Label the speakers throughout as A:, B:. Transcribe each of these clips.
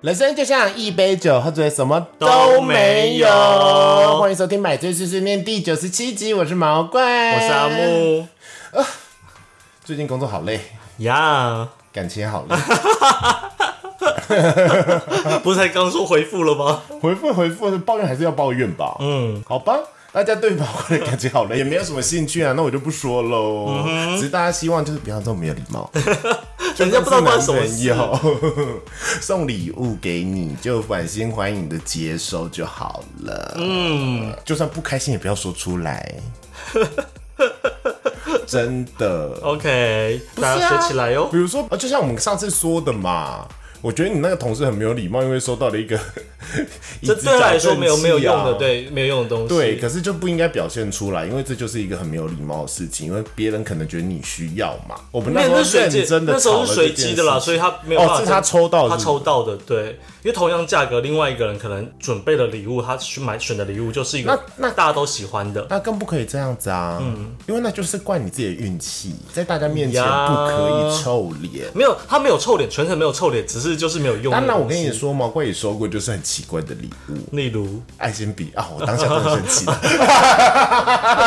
A: 人生就像一杯酒，喝醉什么
B: 都
A: 都没
B: 没
A: 有。
B: 有
A: 欢迎收听《买醉碎碎念》第九十七集，我是毛怪，
B: 我是阿。
A: 呃
B: 木
A: 最近工作好累，
B: 呀
A: 感情也好累。
B: 不是才刚说回复了吗？
A: 回复回复，抱怨还是要抱怨吧。嗯，好吧，大家对毛怪的感情 好累，也没有什么兴趣啊，那我就不说喽。
B: 嗯
A: 只是大家希望就是不要这么没有礼 貌，
B: 人家不知道发生什么
A: 朋
B: 事，
A: 友 送礼物给你，就满心欢迎的接收就好了。嗯，就算不开心也不要说出 来，真的。
B: OK，大
A: 是啊
B: 家学起来哟
A: 比。如说，呃就像我们上次说的嘛，我觉得你那个同事很没有礼貌，因为收到了一个一
B: 这
A: 只
B: 对他来说
A: 矫正器啊
B: 没有没有用的，。对，没有用的东西。
A: 对，可是就不应该表现出来，因为这就是一个很没有礼貌的事情，因为别人可能觉得你需要嘛。我们那
B: 没
A: 时
B: 有，
A: 候
B: 那是随
A: 认
B: 机，
A: 真的，
B: 那时候是随机的啦，所以他没有办法。
A: 哦是他抽到的
B: 他
A: 是不是
B: 抽到的，对，因为同样价格，另外一个人可能准备的礼物，他去买选的礼物就是一个
A: 那那
B: 大家都喜欢的。
A: 那更不可以这样子啊，因为那就是怪你自己的运气，在大家面前
B: 嗯呀
A: 不可以臭脸。
B: 没有，他没有臭脸，全程没有臭脸，只是就是没有用的东
A: 当
B: 西。
A: 然，我跟你说，毛怪也收过就是很奇怪的礼物，
B: 例如，
A: 爱心笔啊，我当下真的生气了。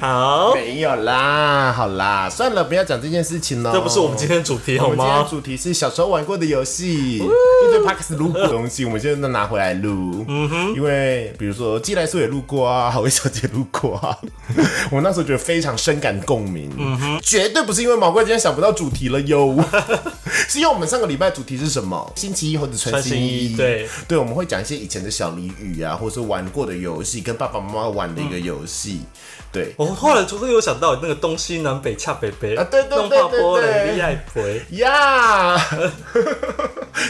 B: 好，
A: 没有啦，好啦，算了，不要讲这件事情了。
B: 这不是我们今天的主题好
A: 我们今天
B: 吗
A: 的？主题是小时候玩过的游戏，一堆 p a r k s 录过的东西，我们现在都拿回来录。嗯哼，因为比如说寄来素也录过啊，好味小姐录过 啊，我那时候觉得非常深感共鸣。嗯哼，绝对不是因为毛怪今天想不到主题了哟，是因为我们上个礼拜主题是什么？星期一或者穿
B: 穿
A: 新
B: 新
A: 衣？
B: 衣对
A: 对，我们会讲一些以前的小俚语啊，或者是玩过的游戏，跟爸爸妈妈玩的一个游戏。对，
B: 我后来就是有想到那个东西南北恰北北
A: 啊对对
B: 弄
A: 对
B: 花
A: 对
B: 波
A: 对
B: 嘞，厉害肥。
A: 呀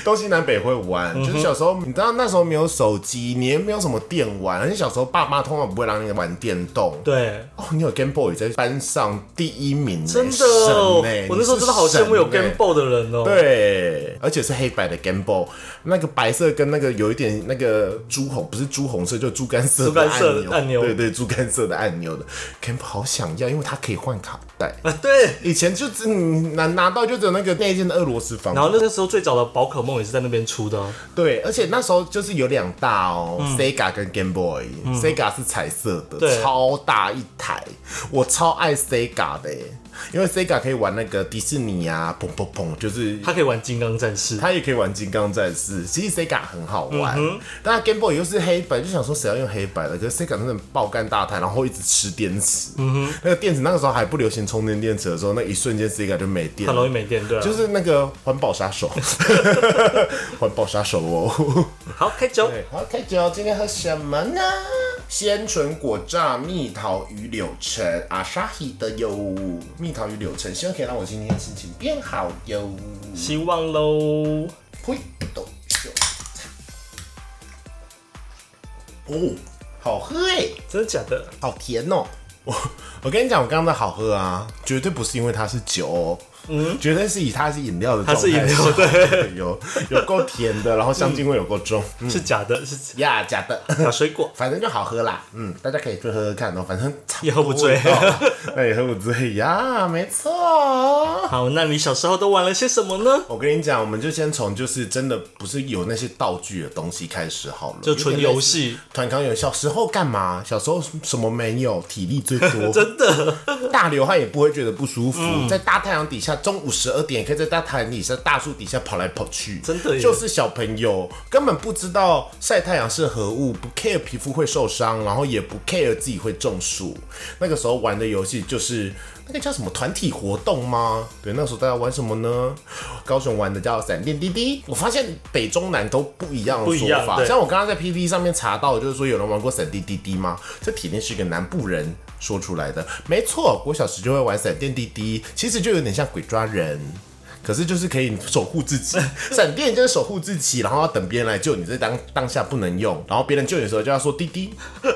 A: 东西南北会玩，
B: 嗯
A: 就是小时候，你知道那时候没有手机，你也没有什么电玩，而且小时候爸妈通常不会让你玩电动。
B: 对，
A: 哦，你有 Game Boy 在班上第一名欸，
B: 真的
A: 神
B: 哦，
A: 欸
B: 我那时候真的好羡慕有 Game。
A: 你是神欸
B: Boy 的人哦。，
A: 对，而且是黑白的 Game Boy，那个白色跟那个有一点那个朱红，不是朱红色，就猪肝色的
B: 猪肝色
A: 按
B: 的
A: 钮，
B: 按钮
A: 对对，猪肝色的按钮的 Game Boy 好想要，因为它可以换卡带。
B: 啊对。
A: 以前就只嗯拿拿到就只有那个那一件的俄罗斯方块
B: 然后那个时候最早的宝可梦也是在那边出的哦、
A: 对，而且那时候就是有两大哦、s e g a 跟 Game Boy、Sega 是彩色的，
B: 嗯对
A: 超大一台，我超爱 Sega 的耶，因为 Sega 可以玩那个迪士尼啊，砰砰砰，就是
B: 它可以玩金刚战士。
A: 它也可以玩金刚战士。其实 Sega 很好
B: 嗯
A: 玩，但它 Game Boy 又是黑白，就想说谁要用黑白的？可是 Sega 真的爆干大台，然后一直吃电池。嗯哼，那个电池那个时候还不流行充电电池的时候，那一瞬间 Sega 就没电
B: 很
A: 了。
B: 容易没电，对、啊。
A: 就是那个环保杀 手，环保杀手哦。
B: 好，开酒。
A: 对，好，开酒，今天喝什么呢？鲜纯果榨蜜桃与柳橙，阿沙希的哟，蜜桃与柳橙，希望可以让我今天的心情变好哟。
B: 希望喽。
A: 呸，都哦，好喝哎、
B: 真的假的？
A: 好甜哦！ 我我跟你讲，我刚刚的好喝啊，绝对不是因为它是酒、哦，嗯，绝对是以它是饮料的状态，
B: 它是饮料
A: 对，有有够甜的，然后香精味有够重，
B: 是假的，是
A: 呀、假的，。
B: 假水果
A: 反正就好喝啦，嗯，大家可以去喝喝看哦，反正差
B: 也喝不
A: 不哦多味
B: 醉。
A: 道啦那也喝不醉呀，没错。
B: 好，那你小时候都玩了些什么呢？
A: 我跟你讲，我们就先从就是真的不是有那些道具的东西开始好了，
B: 就纯游戏。
A: 团康有小时候干嘛？小时候什么没有，体力最多，
B: 真的，嗯
A: 大流汗也不会觉得不舒服，在大太阳底下，中午十二点也可以在大太阳底下、大树底下跑来跑去，
B: 真的耶
A: 就是小朋友根本不知道晒太阳是何物，不 care 皮肤会受伤，然后也不 care 自己会中暑。那个时候玩的游戏就是那个叫什么团体活动吗？对，那时候大家玩什么呢？高雄玩的叫闪电滴滴，我发现北中南都不一样的
B: 不一
A: 说
B: 样
A: 法，
B: 对
A: 像我刚刚在 PPT 上面查到，就是说有人玩过闪电滴滴吗？这铁定是一个南部人说出来的。没错，我小时就会玩闪电滴滴，其实就有点像鬼抓人。可是就是可以守护自 己，闪电就是守护自己，然后要等别人来救你，这当当下不能用，然后别人救你的时候就要说滴滴，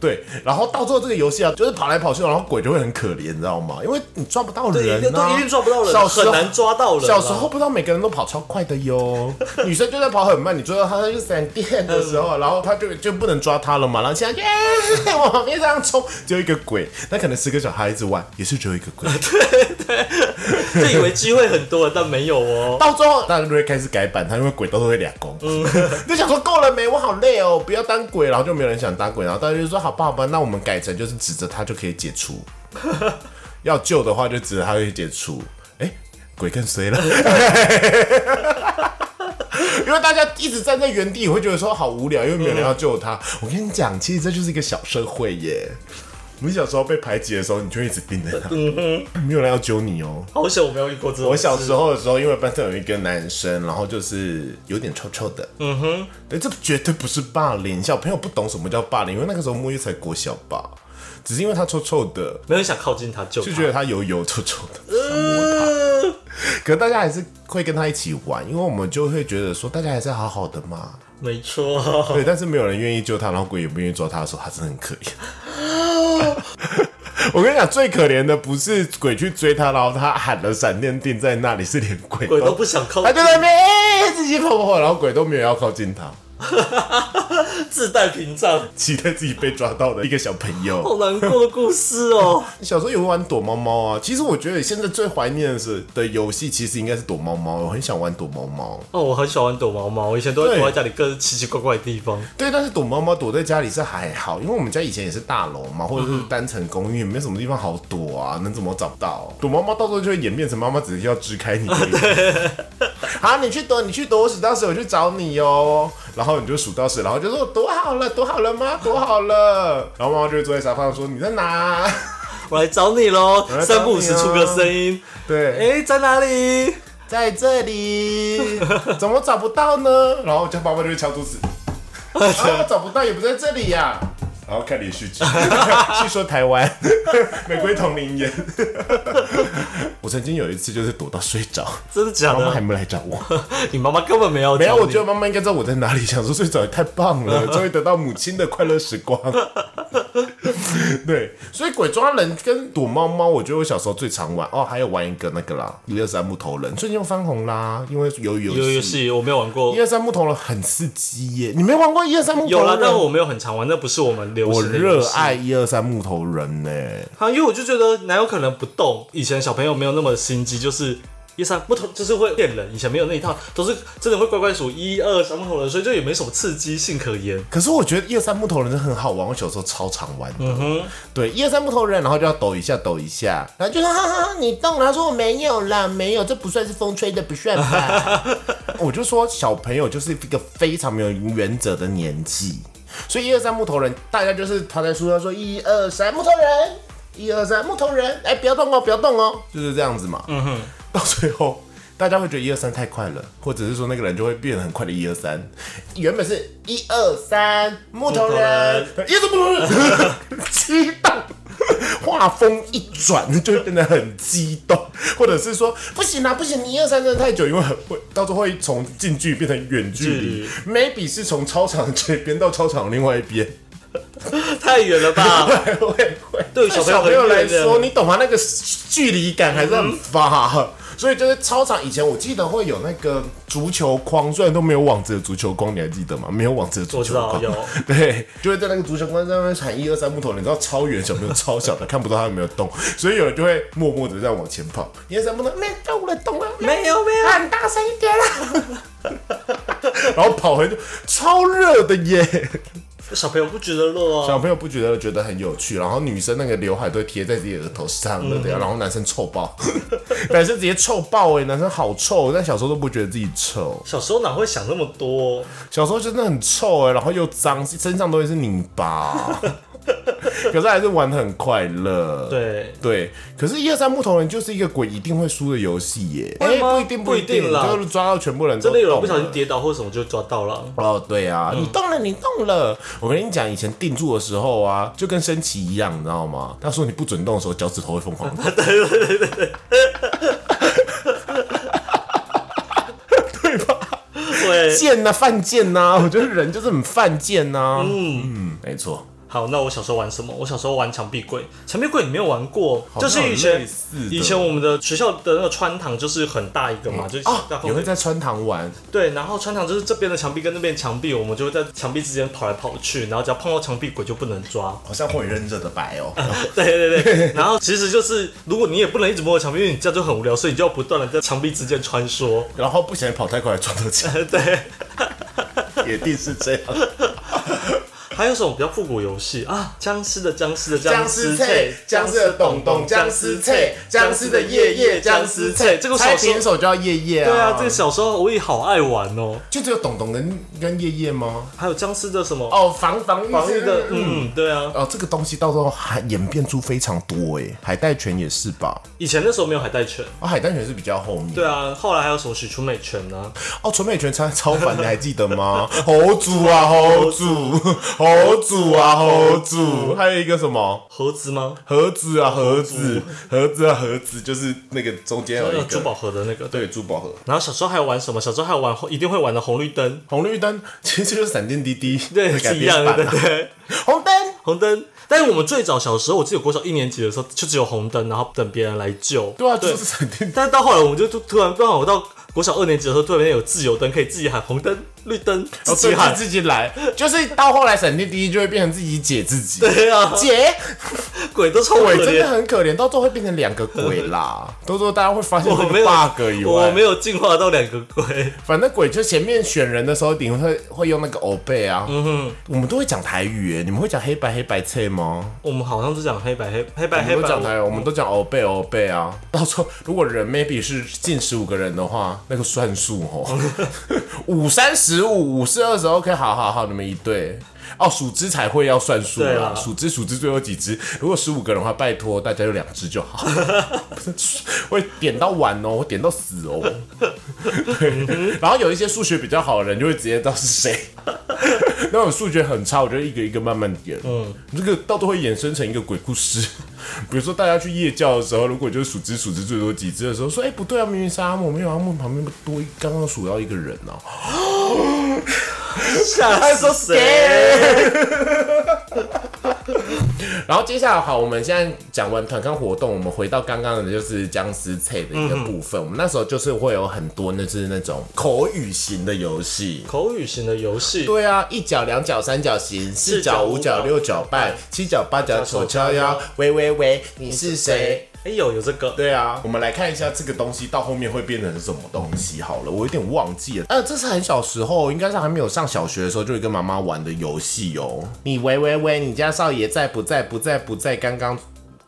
A: 对，然后到最后这个游戏啊，就是跑来跑去，然后鬼就会很可怜，你知道吗？因为你抓不到
B: 对，
A: 人、
B: 一定
A: 啊，
B: 哎都一定抓不到人，
A: 小时
B: 很
A: 候
B: 难抓到人啦。
A: 小
B: 啊
A: 时候不知道每个人都跑超快的哟，女生就在跑很慢，你追到她她就闪电的时候，啊然后她就就不能抓她了嘛，然后现在耶往旁边这样冲，只有一个鬼，那可能十个小孩子玩也是只有一个鬼。
B: 就以为机会很多，但没有哦。
A: 到最后，嗯大家就会开始改版，他因为鬼都会俩攻， 就想说够了没，我好累哦，不要当鬼，然后就没有人想当鬼，然后大家就说好吧好吧，那我们改成就是指着他就可以解 除，要救的话就指着他就可以解除，哎、鬼更衰 了。因为大家一直站在原地，会觉得说好无聊，因为没有人要救他。我跟你讲，其实这就是一个小社会耶。你小时候被排挤的时候，你就一直盯着他，没有人要救你哦。
B: 好久没有遇过这种事。
A: 我小时候的时候，因为班上有一个男生，然后就是有点臭臭的，嗯哼，对，这绝对不是霸凌。小朋友不懂什么叫霸凌，因为那个时候摸鱼才国小吧，只是因为他臭臭的，
B: 没有人想靠近他救
A: 就
B: 他
A: 觉得他油油臭臭的，
B: 呃
A: 可大家还是会跟他一起玩，因为我们就会觉得说大家还是好好的嘛，
B: 没 错，
A: 对，但是没有人愿意救他，然后鬼也不愿意抓他的时候，他真的很可怜。 我跟你讲，最可怜的不是鬼去追他，然后他喊了闪电定在那里，是连鬼
B: 鬼都不想靠
A: 他
B: 近
A: 就，在那边、欸、自己跑跑跑，然后鬼都没有要靠近他，
B: 自带屏障，
A: 期待自己被抓到的一个小朋友。
B: 好难过的故事哦。
A: 小时候有玩躲猫猫啊，其实我觉得现在最怀念的是的游戏，其实应该是躲猫猫，我很想玩躲猫猫。
B: 哦，我很喜欢躲猫猫，我以前都会
A: 对
B: 躲在家里各奇奇怪怪的地方。
A: 对，但是躲猫猫躲在家里是还好，因为我们家以前也是大楼嘛，或者是单层公寓，没什么地方好躲啊，能怎么找到？躲猫猫到时候就会演变成妈妈只是要支开你而已。好，啊你去躲，你去躲，我数到十我去找你哦。然后你就数到十，然后就说躲好了，躲好了吗？躲好了。然后妈妈就会坐在沙发上说你在哪？
B: 我来找你喽，
A: 来找你啊
B: 三不五时出个声音，
A: 对，
B: 哎、在哪里？
A: 在这 里，怎么找不到呢？然后我叫爸爸就会敲桌 子，啊，找不到也不在这里呀、然后看连续 剧，去说台湾 玫瑰同林演。 我曾经有一次就是躲到睡着，
B: 真的假
A: 妈妈还
B: 的？
A: 没来找我。
B: 你妈妈根本没有找
A: 没
B: 你，
A: 哎有，我觉得妈妈应该知道我在哪里，想说睡着也太棒了， 终于得到母亲的快乐时光。对，所以鬼抓人跟躲猫猫，我觉得我小时候最常玩哦，还有玩一个那个啦，一二三木头人，最近又翻红啦，因为有游
B: 有游
A: 戏。
B: 戏我没有玩过
A: 一，二三木头人很刺激耶！你没玩过一二三木头人？
B: 有啦，但我没有很常玩，那不是我们流
A: 我
B: 行的游
A: 热
B: 戏
A: 爱一二三木头人呢。
B: 啊，因为我就觉得哪有可能不动？以前小朋友没有那么心机，就是一三不同，就是会骗人。以前没有那一套，都是真的会乖乖数一二三不同人，所以就也没什么刺激性可言。
A: 可是我觉得一二三木头人真的很好玩，我小时候超常玩的。对，一二三木头人，然后就要抖一下，抖一下，然后就说哈哈哈，你动了，他说我没有啦，没有，这不算是风吹的，不算 吧。我就说小朋友就是一个非常没有原则的年纪，所以一二三木头人，大家就是趴在树上说一二三木头人，一二三木头人，哎，不要动哦，不要动哦，就是这样子嘛。嗯哼，到最后。大家会觉得一二三太快了，或者是说那个人就会变得很快的一二三，原本是一二三木头人，一二三木头人，激动，画风一转就会变得很激动，或者是说不行啊，不行，你一二三真的太久，因为很会到时候会从近距离变成远距离，maybe 是从操场这边到操场另外一边，
B: 太远 了吧？
A: 会会会，
B: 对于小朋友很
A: 来
B: 远的
A: 说，你懂吗？那个距离感还是很发。所以就是操场以前，我记得会有那个足球框，虽然都没有网子的足球框，你还记得吗？没有网子的足球
B: 我
A: 框
B: 知道，
A: 对，就会在那个足球框上面喊一二三木头人，你知道超远，小朋友超小的，看不到他有没有动，所以有人就会默默的这样往前跑，一二三木头人没动了，动了，
B: 没有没有，
A: 喊大声一点啦， 然后跑回去，超热的耶。
B: 小朋友不觉得热啊。
A: 小朋友不觉得觉得很有趣，然后女生那个刘海都会贴在自己的额头上的，对啊，然后男生臭爆， 男生直接臭爆哎、男生好臭，但小时候都不觉得自己臭，
B: 小时候哪会想那么多？
A: 小时候真的很臭哎、然后又脏，身上都会是泥巴， 可是还是玩的很快乐，
B: 对，
A: 对，可是一二三木头人就是一个鬼一定会输的游戏耶，哎、
B: 会吗
A: 不一定
B: 不一
A: 一定
B: 定啦
A: 就是抓到全部人都
B: 真的有人
A: 动
B: 不小心
A: 了
B: 跌倒或什么就抓 到了。
A: 哦，对啊，你动了，你动了。我跟你讲，以前定住的时候啊，就跟升旗一样，你知道吗？他说你不准动的时候，脚趾头会疯 狂动。对对对对对。对吧？
B: 对，
A: 贱呐、犯贱呐、我觉得人就是很犯贱呐、嗯嗯，没错。
B: 好，那我小时候玩什么？我小时候玩墙壁柜，墙壁柜你没有玩过，
A: 好
B: 就
A: 像
B: 是以
A: 有类
B: 前
A: 似的
B: 以前我们的学校的那个穿堂就是很大一个嘛，就是
A: 啊
B: 大，后
A: 也会
B: 面
A: 在穿堂玩，
B: 对，然后穿堂就是这边的墙壁跟那边的墙壁，我们就会在墙壁之间跑来跑去，然后只要碰到墙壁鬼就不能 抓。
A: 好像火影忍者的白 哦。
B: 对对对，然后其实就是如果你也不能一直摸着墙壁，因为你这样就很无聊，所以你就要不断的在墙壁之间穿梭。
A: 然后不小心跑太快撞到墙，
B: 对，
A: 一定是这样。
B: 还有什么比较复古游戏啊？僵尸的僵尸的
A: 僵尸
B: 尸
A: 菜，僵尸的董董，僵尸菜，僵尸的夜夜，僵尸菜。
B: 这个小时
A: 平
B: 候。
A: 手就要夜夜啊。
B: 对啊，这个小时候我也好爱玩哦。
A: 就只有董董跟跟夜夜吗？
B: 还有僵尸的什么
A: 哦，防防御
B: 防御的，
A: 嗯
B: 嗯，对啊，
A: 哦，这个东西到时候还演变出非常多哎，海带拳也是吧？
B: 以前那时候没有海带拳，
A: 啊，海带拳是比较后面。
B: 对啊，后来还有什么许出美啊拳呢、
A: 哦，纯美拳超超凡，你还记得吗？ 猴祖啊，猴祖，猴祖啊，猴祖，还有一个什么
B: 盒子吗？
A: 盒子啊，盒子，盒子啊，盒子，就是那个中间有
B: 那
A: 哦一
B: 个
A: 个
B: 呃珠宝，盒的那个。对。
A: 对，珠宝盒，
B: 然后小时候还有玩什么？小时候还有玩一定会玩的红绿灯，
A: 红绿灯 其实就是闪电滴滴，
B: 对，
A: 改
B: 是一
A: 编
B: 样的，
A: 版
B: 对
A: 啊
B: 不对。
A: 红灯。
B: 红灯。但是我们最早小时候，我记得国小一年级的时候，就只有红灯，然后等别人来救。
A: 对啊，就是闪电。
B: 但是到后来，我们就突突然，刚好我到国小二年级的时候，突然间有自由灯，可以自己喊红灯、绿灯，
A: 哦
B: 哦自己喊。
A: 自己来，就是到后来闪电滴滴就会变成自己解自己，
B: 对啊，
A: 解
B: 鬼都超可
A: 鬼真的
B: 怜。
A: 很可怜，到最后会变成两个鬼 啦。都说大家会发现
B: 我
A: 这个
B: 没有
A: bug 以外，
B: 我没有进化到两个鬼。
A: 反正鬼就前面选人的时候，你会会用那个欧贝啊，嗯哼，我们都会讲台语耶，你们会讲黑白黑白菜吗？
B: 我们好像都讲黑白黑黑白
A: 我们
B: 黑
A: 都
B: 白。
A: 讲台语，我们都讲欧贝欧贝啊。到时候如果人 maybe 是近十五个人的话，那个算数 哦，五三十五，五四二十，OK，好好好，你们一对。哦，数只才会要算数
B: 对
A: 啦
B: 啦，
A: 数只数只最后几只，如果十五个人的话，拜托大家就两只就好， 会点到完哦，会点到死哦。
B: 嗯
A: 对然后有一些数学比较好的人就会直接知道是谁， 那种数学很差，我就一个一个慢慢演。嗯，这个到最后会衍生成一个鬼故事。比如说大家去夜教的时候，如果就是数只数只最多几只的时候，说哎、不对啊，明明是阿木，没有阿木旁边多一刚刚数到一个人哦、
B: 吓死谁？
A: 然后接下来好，我们现在讲完团康活动，我们回到刚刚的就是僵尸菜的一个部分。我们那时候就是会有很多那就是那种口语型的游戏。
B: 口语型的游戏。
A: 对啊，一角、两角、三角形，四角、五角、六角半，七角、八角、九
B: 九
A: 敲腰。喂喂喂，你是谁？？
B: 哎有有这个。
A: 对啊，我们来看一下这个东西到后面会变成什么东西好了，我有点忘记了。呃，这是很小时候，应该是还没有上小学的时候，就会跟妈妈玩的游戏哦。你喂喂喂，你家少爷在不在？不在不在？刚刚，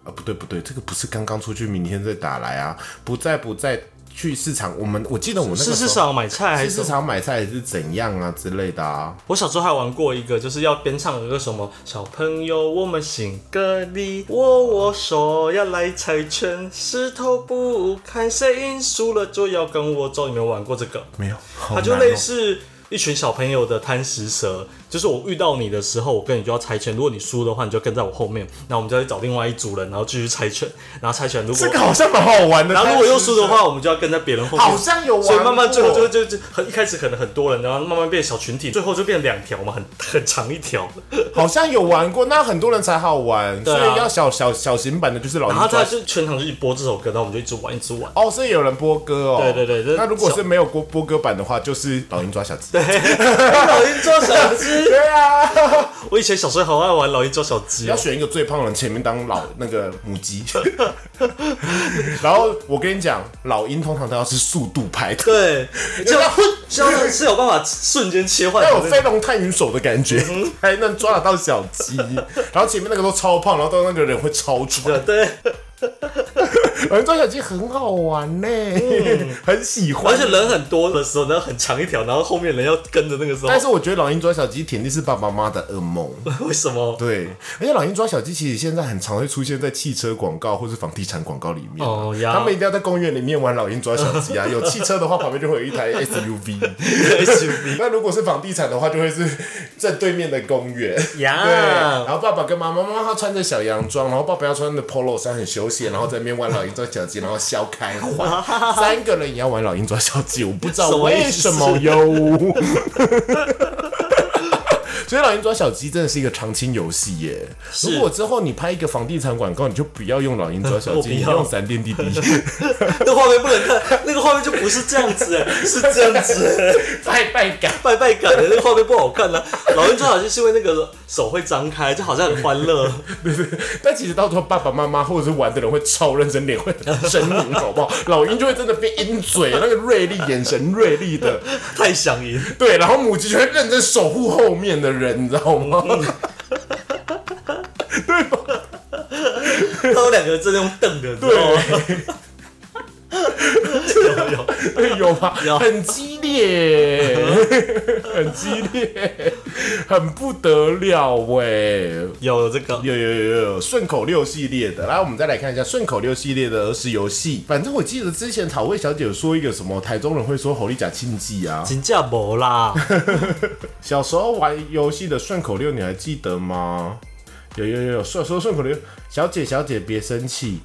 A: 啊不对不对，这个不是刚刚出去，明天再打来啊？不在不在？去市场，我们我记得我那个时
B: 是
A: 候
B: 市场买菜还
A: 去
B: 是什
A: 市
B: 么？
A: 场买菜还是怎样啊之类的啊。
B: 我小时候还玩过一个，就是要边唱有一个什么小朋友，我们行个礼，握握手，要来猜拳，石头布，看谁赢输了就要跟我走。你没有玩过这个？
A: 没有，好
B: 它就
A: 难哦
B: 类似一群小朋友的贪食蛇，就是我遇到你的时候，我跟你就要猜拳，如果你输的话，你就跟在我后面，那我们就要去找另外一组人，然后继续猜拳，然后猜拳，如果
A: 这个好像蛮好玩的。
B: 然后如果又输的
A: 但是，
B: 话，我们就要跟在别人后面，
A: 好像有玩
B: 所以慢慢最后
A: 过
B: 就就就很一开始可能很多人，然后慢慢变小群体，最后就变两条嘛，很很长一条。
A: 好像有玩过，那很多人才好玩，
B: 对啊
A: 所以要小小小型版的，就是老
B: 然后
A: 鹰
B: 他
A: 抓
B: 就全场就一直播这首歌，然后我们就一直玩一直玩。
A: 哦，所以有人播歌哦。
B: 对对对这
A: 那如果是没有播播歌版的话，就是老鹰抓小鸡。对
B: 老鹰抓小 鸡，
A: 啊，
B: 我以前小时候好爱玩老鹰抓小鸡
A: 要
B: 哦。
A: 选一个最胖的人，前面当老那个母 鸡。然后我跟你讲，老鹰通常都要是速度派的，
B: 对，这样这样是有办法瞬间切换
A: 要有
B: 的。
A: 飞龙探云手的感觉，
B: 嗯
A: 才能抓得到小鸡。然后前面那个都超胖，然后到那个人会超
B: 对
A: 喘。
B: 对，
A: 老鹰抓小鸡很好玩呢，
B: 嗯
A: 很喜欢
B: 而。且人很多的时候，然后很长一条，然后后面人要跟着那个时候
A: 但，是我觉得老鹰抓小鸡肯定是爸爸妈妈的噩梦。
B: 为什么？
A: 对，而且老鹰抓小鸡其实现在很常会出现在汽车广告或是房地产广告里面。啊
B: 哦呀
A: 他们一定要在公园里面玩老鹰抓小鸡啊！有汽车的话，旁边就会有一台 SUV。
B: SUV
A: 那如果是房地产的话，就会是正对面的公园。对，然
B: 呀，
A: 后爸爸跟妈妈，妈妈她穿着小洋装，然后爸爸要穿的 polo 衫很休闲，然后在那边玩老鹰抓小鸡，然后笑开 怀，三个人也要玩老鹰抓小鸡，我不知道
B: 什么意
A: 为
B: 思
A: 什么哟。 所以老鹰抓小鸡真的是一个长青游戏耶。
B: 是
A: 如果之后你拍一个房地产广告，你就不要用老鹰抓小
B: 我不
A: 鸡，你
B: 要
A: 用闪电弟弟，
B: 那个画面不能看，那个画面就不是这样子、哎，是这样子、
A: 拜拜感。
B: 拜拜感的那个画面不好看啊。 老鹰抓小鸡是因为那个手会张开，就好像很欢 乐。
A: 但其实到时候爸爸妈妈或者是玩的人会超认真，脸会很狰狞，好不好？老鹰就会真的变鹰嘴，那个锐利眼神锐利的，
B: 太想赢，
A: 对，然后母鸡就会认真守护后面的人，你知道吗？
B: 他们两个真的用瞪的，你知道吗？
A: 对，
B: 有有，
A: 对，有吧？
B: 有
A: 很激烈，很激烈，很不得了喂。
B: 有这个
A: 有有有有顺口溜系列的，来我们再来看一下顺口溜系列的儿时游戏。反正我记得之前草味小姐有说一个什么台中人会说“猴力甲庆忌”啊，
B: 金价没啦，
A: 小时候玩游戏的顺口溜，你还记得吗？有有有有，说说顺口溜，小姐小姐别生气，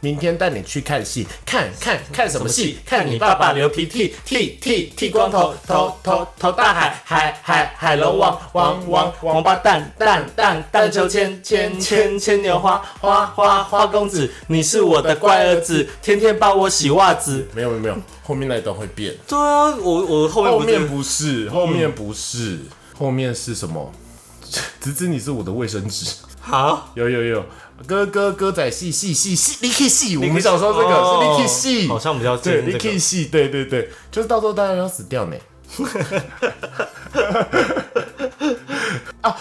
A: 明天带你去看戏，看看看什么戏？看你爸爸流鼻涕，剃剃剃光头，头头头大海，海海海 龙王王王王八蛋蛋蛋
B: 荡
A: 蛋秋
B: 秋
A: 千
B: 千千
A: 千
B: 千
A: 千
B: 牵
A: 牵
B: 牛
A: 牛
B: 花
A: 花
B: 花
A: 花
B: 花
A: 花
B: 花
A: 花
B: 公
A: 公
B: 子
A: 子，，
B: 你是我的乖儿子，天天帮我洗袜子。
A: 没有没有没有，后面那一段会变，
B: 对啊，我我后面
A: 后
B: 不
A: 面
B: 是
A: 不是后面不是后面是什么？ 子子你是我的卫生纸。
B: 好，
A: 有有有，哥哥歌仔戏戏戏戏 l i k y 戏，我们
B: Licky
A: 想说这个
B: 哦
A: 是 l i k y 戏，
B: 好像比较
A: 对
B: 接近
A: l i
B: 这
A: k y
B: 个
A: 戏，对对对，就是到时候大家要死掉呢。啊，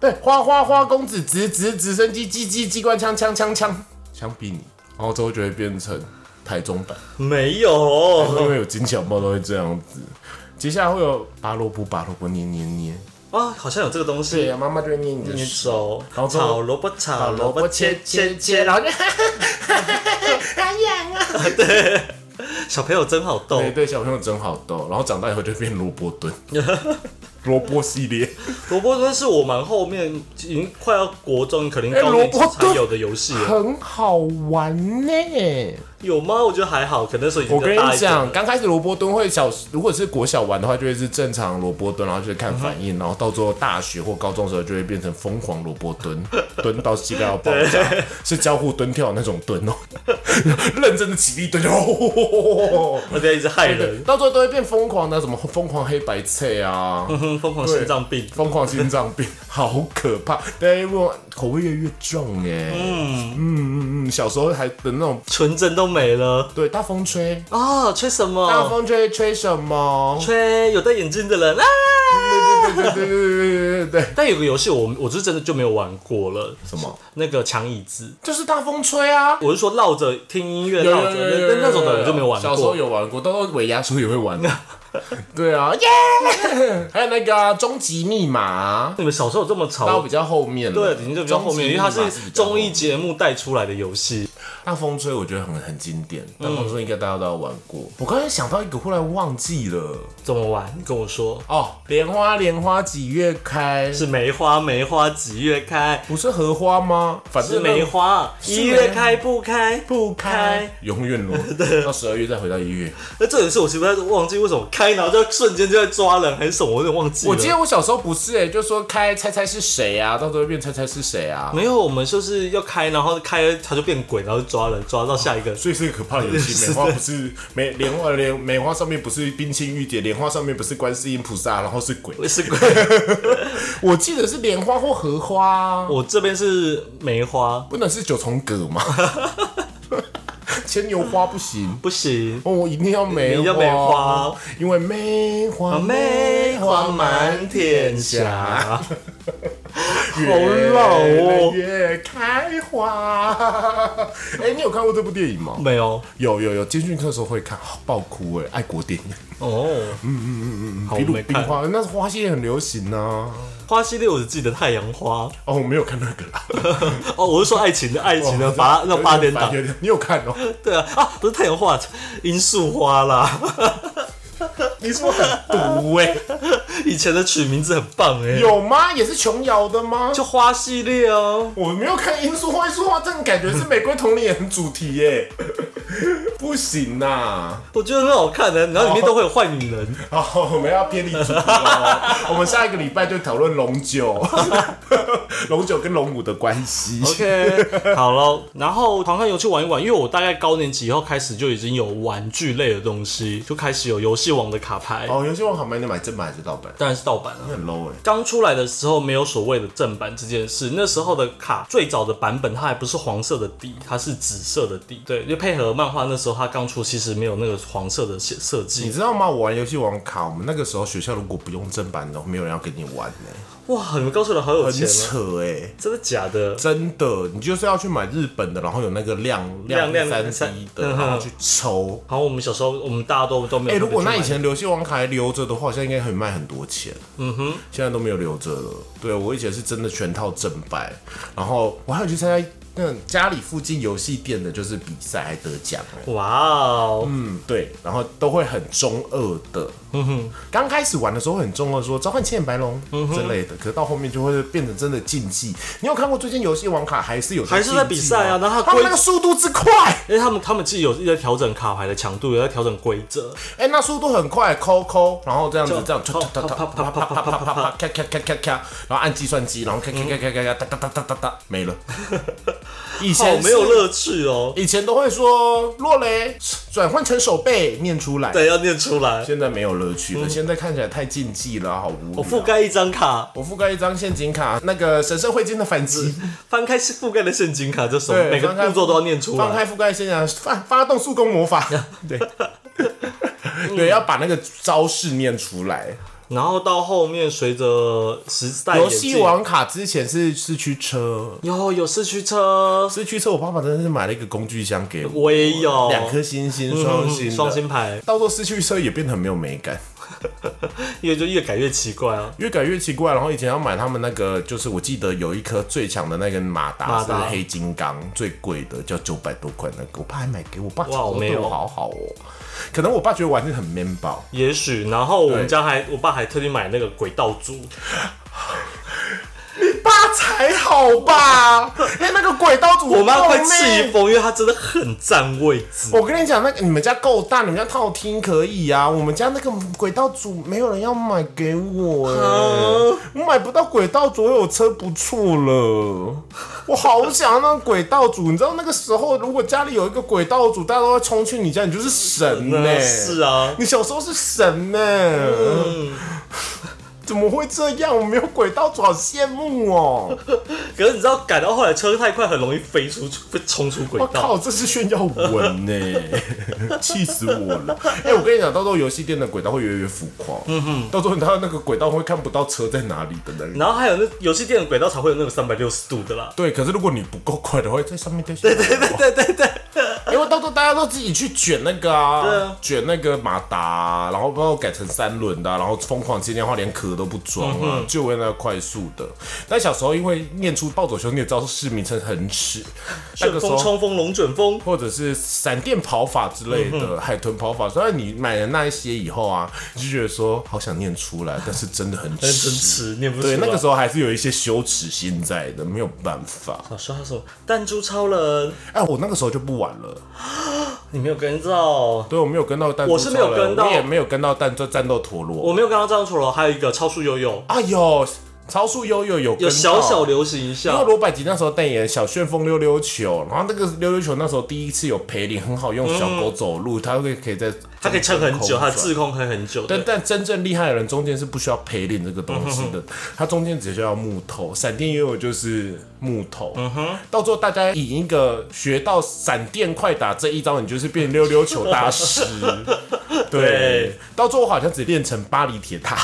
A: 对，花花花公子直直直升机机机机关枪枪枪枪枪毙你，然后之后就会变成台中版，
B: 没有
A: 因为有金小猫都会这样子。接下来会有拔萝卜拔萝卜捏捏捏，
B: 啊，好像有这个东
A: 对
B: 西。
A: 呀，妈妈就会捏你的
B: 你
A: 手。
B: 手
A: 然后之后
B: 炒萝卜，炒萝
A: 萝
B: 卜，
A: 卜
B: 切
A: 切切
B: 切切，
A: 切，
B: 然
A: 然
B: 后
A: 后就好痒啊！
B: 小朋友真好逗
A: 对，对，小朋友真好逗，然后长大以后就变萝卜 蹲，萝卜系列。
B: 萝卜蹲是我蛮后面已经快要国中，可能高
A: 哎萝
B: 年级
A: 卜
B: 才
A: 蹲
B: 有的游戏 了，
A: 很好玩呢、
B: 有吗？我觉得还好，可能那时候已经
A: 我
B: 比
A: 跟
B: 较大
A: 你
B: 一点
A: 讲，
B: 了。
A: 刚开始萝卜蹲会小，如果是国小玩的话，就会是正常萝卜蹲，然后就是看反应，然后到最后大学或高中的时候就会变成疯狂萝卜 蹲，蹲到膝盖要爆炸，是交互蹲跳那种 蹲哦，认真的起立蹲哦，
B: 我等一下一直害人，
A: 到最后都会变疯狂的，什么疯狂黑白菜啊，
B: 哼 疯狂心脏病。
A: 疯狂心脏病，好可怕！对，我口味越来越重哎、嗯嗯嗯嗯，小时候还的那种，
B: 纯真都没了
A: 对，大风吹，
B: 啊！吹什
A: 大
B: 么？
A: 风吹吹什么？
B: 吹有戴眼镜的人啊！
A: 对对对对对对对对对，
B: 但有个游戏我我是真的就没有玩过了，
A: 什么？
B: 那个抢椅子，
A: 就是大风吹啊！
B: 我是说绕着听音乐绕着，那那那种的我就没有玩
A: 小时候
B: 过。
A: 有玩过，到时候尾牙时候也会玩。对啊，耶！还有那个啊终极密码啊，
B: 你们小时候有这么
A: 到
B: 吵？
A: 比较后面了，
B: 对，已经就比较后面，因为它
A: 终极密码
B: 是
A: 比较后
B: 综
A: 面
B: 艺节目带出来的游戏。
A: 大风吹我觉得很很经典，大风吹应该大家都有玩过。嗯我刚才想到一个，忽然忘记了
B: 怎么玩？你跟我说，
A: 哦，莲花莲花几月开？
B: 是梅花梅花几月开？
A: 不是荷花吗？反
B: 是
A: 正
B: 梅
A: 花
B: 花一
A: 梅花
B: 月开不开？
A: 不
B: 开
A: 开，永远 咯，到十二月再回到一月。
B: 那这点是我实在忘记为什么开，然后就瞬间就在抓人还是什么，我有点忘记了。
A: 我记得我小时候不是哎、就说开猜猜是谁啊，到时候变猜猜是谁啊，
B: 没有，我们就是要开，然后开它就变鬼，然后就抓人，抓到下一个。
A: 所以是个可怕的游戏。梅花不是梅莲花莲梅花上面不是冰清玉洁，莲花上面不是观世音菩萨，然后是鬼。
B: 是鬼，
A: 我记得是莲花或荷花啊、
B: 我这边是梅花，
A: 不能是九重葛吗？ 牵牛花不行。
B: 不行。
A: 哦，我一定要梅花，
B: 你要梅花哦
A: 因为梅花
B: 梅花满天下， 好老哦！
A: 月开花。 哎、你有看过这部电影吗？
B: 没有
A: 有有有，军训课的时候会看，好爆哭哎、爱国电影，
B: 哦，嗯嗯嗯嗯，好，我
A: 比鲁
B: 没
A: 冰
B: 看
A: 花，那是花系列很流行啊。
B: 花系列，我只记得太阳花。
A: 哦，我没有看那个啦，
B: 哦，我是说爱情的爱情的八哦那
A: 有点
B: 八点
A: 烦
B: 档，
A: 有点你有看 哦？
B: 对啊啊，不是太阳花，罂粟花啦。
A: 你是不是很毒哎、
B: 欸以前的取名字很棒 哎，
A: 有吗？也是琼瑶的吗？
B: 就花系列哦。
A: 我没有看《罂粟花》，罂粟花真的感觉是玫瑰童林演主题耶。 不行呐、
B: 我觉得很好看的，欸然后里面都会有坏 女人，
A: 好，我们要偏离主题 哦。我们下一个礼拜就讨论龙九， 龙九跟龙母的关系。
B: OK，好了，然后团康游去玩一玩，因为我大概高年级以后开始就已经有玩具类的东西，就开始有游戏王的卡牌，
A: 哦，游戏王好卖，你买正版还是盗版？
B: 当然是盗版啊。
A: 很 low 哎、
B: 刚出来的时候没有所谓的正版这件事，那时候的卡最早的版本它还不是黄色的底，它是紫色的底，对，就配合漫画那时候它刚出，其实没有那个黄色的设设
A: 你
B: 计，
A: 知道吗？我玩游戏王卡，我们那个时候学校如果不用正版的，没有人要跟你玩呢、
B: 哇，你们高手的好有
A: 很
B: 钱啊，
A: 扯哎、
B: 真的假的？
A: 真的，你就是要去买日本的，然后有那个亮
B: 亮亮
A: 三
B: 三
A: D 的，然后去抽。
B: 好，我们小时候我们大家都都没
A: 哎、
B: 有特别去
A: 如果
B: 买。
A: 那以前游戏王卡还留着的话，现在应该很卖很多钱。嗯哼，现在都没有留着了。对我以前是真的全套正版，然后我还有去参加那种家里附近游戏店的，就是比赛还得奖欸
B: 哇哦，
A: 嗯，对，然后都会很中二的。嗯哼，刚开始玩的时候会很中二，说召唤千眼白龙
B: 嗯
A: 之类的，可是到后面就会变成真的竞技。你有看过最近游戏王卡还是有
B: 还是在
A: 竞技
B: 比赛啊
A: 吗
B: 然后它
A: 他们
B: 规
A: 那个速度之快，
B: 因哎为他们他们自己有在调整卡牌的强度，有在调整规则，
A: 哎、那速度很快，抠抠，然后这样子
B: 就
A: 这样，啪啪啪啪啪啪啪啪啪啪，咔咔咔咔咔，然后按计算机，然后咔咔咔咔咔，哒哒哒哒哒哒，没了。以
B: 好
A: 前
B: 没有
A: 是
B: 乐趣哦。
A: 以前都会说落雷转换成手背念出来，
B: 对，要念出来。
A: 现在没有乐趣了，现在看起来太竞技了，好无
B: 我
A: 聊
B: 覆。盖一张卡，
A: 我覆盖一张陷阱卡，那个神圣会金的反击，
B: 翻开是覆盖的现金卡，这什么
A: 对
B: 每个
A: 翻开
B: 步骤都要念出
A: 放
B: 来。
A: 开覆盖陷阱卡，发发动速攻魔法， 对，
B: 嗯
A: 对，要把那个招式念出来。
B: 然后到后面随着时代
A: 游
B: 演
A: 戏
B: 进，
A: 王卡之前是四驱车，
B: 有有四驱车，
A: 四驱车我爸爸真的是买了一个工具箱给我，
B: 我也有
A: 两颗星星双星的
B: 嗯 双星牌，
A: 到时候四驱车也变得很没有美感，
B: 越就越改越奇怪啊。
A: 越改越奇怪。然后以前要买他们那个，就是我记得有一颗最强的那个马达
B: 马
A: 是
B: 达
A: 黑金刚，最贵的叫九百多块那个，我爸还买给我爸，
B: 哇我没
A: 对
B: 有
A: 我好好哦。可能我爸觉得玩的很 man 吧，
B: 也许，然后我
A: 对
B: 们家还我爸还特地买那个轨道珠，
A: 爸才好吧？哎、 那个轨道主
B: 我妈
A: 好
B: 快
A: 累
B: 气疯，因为她真的很占位置。
A: 我跟你讲，那个你们家够大，你们家套厅可以啊。我们家那个轨道组没有人要买给我、欸，我买不到轨道组，我有车不错了。我好想要那个轨道组，你知道那个时候如果家里有一个轨道组，大家都会冲去你家，你就是神呢、
B: 那是啊，嗯
A: 你小时候是神呢、 怎么会这样？我没有轨道组，好羡慕哦！
B: 可是你知道改到后来车太快，很容易飞出去，会冲出轨
A: 我
B: 道。
A: 哦靠，这是炫耀文呢、 气死我了！哎、我跟你讲，到时候游戏店的轨道会越来越浮夸，嗯哼，到时候你到那个轨道会看不到车在哪里的那个。
B: 然后还有那游戏店的轨道才会有那个三百六十度的啦。
A: 对，可是如果你不够快的话，会在上面掉 下来。对对对
B: 对对对，
A: 因为到时候大家都自己去卷那个啊，
B: 对啊
A: 卷那个马达啊，然后然后改成三轮的啊、然后疯狂接电话，连壳都不装
B: 嗯
A: 啊，就为那个快速的。但小时候因为念出暴走兄弟的招式名称很耻，那
B: 旋
A: 个时
B: 风、
A: 候。
B: 冲锋、龙卷风，
A: 或者是闪电跑法之类
B: 嗯
A: 的、海豚跑法，虽然你买了那一些以后啊，你就觉得说好想念出来，但是真的很
B: 但是哎
A: 耻。
B: 真迟念不出来。
A: 对，那个时候还是有一些羞耻心在的，没有办法。
B: 老师他说弹珠超人，
A: 哎，我那个时候就不玩了，
B: 你没有跟到。
A: 对我没有跟到弹珠
B: 我是没有
A: 超人
B: 跟到
A: 我也没有跟到弹这战斗陀螺。
B: 我没有跟到战斗陀螺，还有一个超速悠悠，
A: 哎呦，超速悠悠有
B: 有
A: 有
B: 小小流行一
A: 因
B: 下
A: 为。罗百吉那时候代言小旋风溜溜球，然后那个溜溜球那时候第一次有培林，很好用，小狗走路，它会可以在
B: 嗯它可以撑很
A: 空
B: 久，
A: 转
B: 它滞空可以很久
A: 但
B: 的。
A: 但真正厉害的人中间是不需要陪练这个东西的，他中间只需要木头，闪电也有就是木头。到最后大家以一个学到闪电快打这一招，你就是变溜溜球大 师。对
B: 对，
A: 到最后好像只练成巴黎铁塔，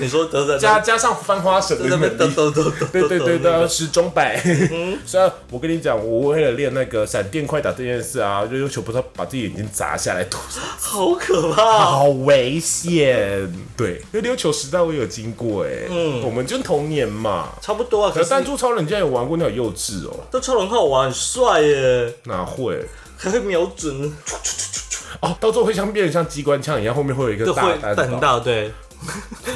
B: 你说得得
A: 啊加加上翻花绳的
B: 那
A: 能
B: 边得
A: 力。嗯
B: 得得得
A: 对对对
B: 的，
A: 对，时钟摆。 虽然我跟你讲，我为了练那个闪电快打这件事啊，溜溜球不知道把自己眼睛砸下来多少
B: 好可怕。
A: 好危险。对，溜溜球时代我有经过哎、嗯，我们就童年嘛。
B: 差不多啊，可
A: 可是
B: 是
A: 弹珠超人，你竟然有玩过，你好幼稚哦、
B: 这超人很好玩，很帅耶，
A: 哪会？哦
B: 还会瞄准，
A: 哦，到最后会像变得像机关枪一样，后面会有一个
B: 这
A: 大
B: 会
A: 弹
B: 但很
A: 道。
B: 大，对，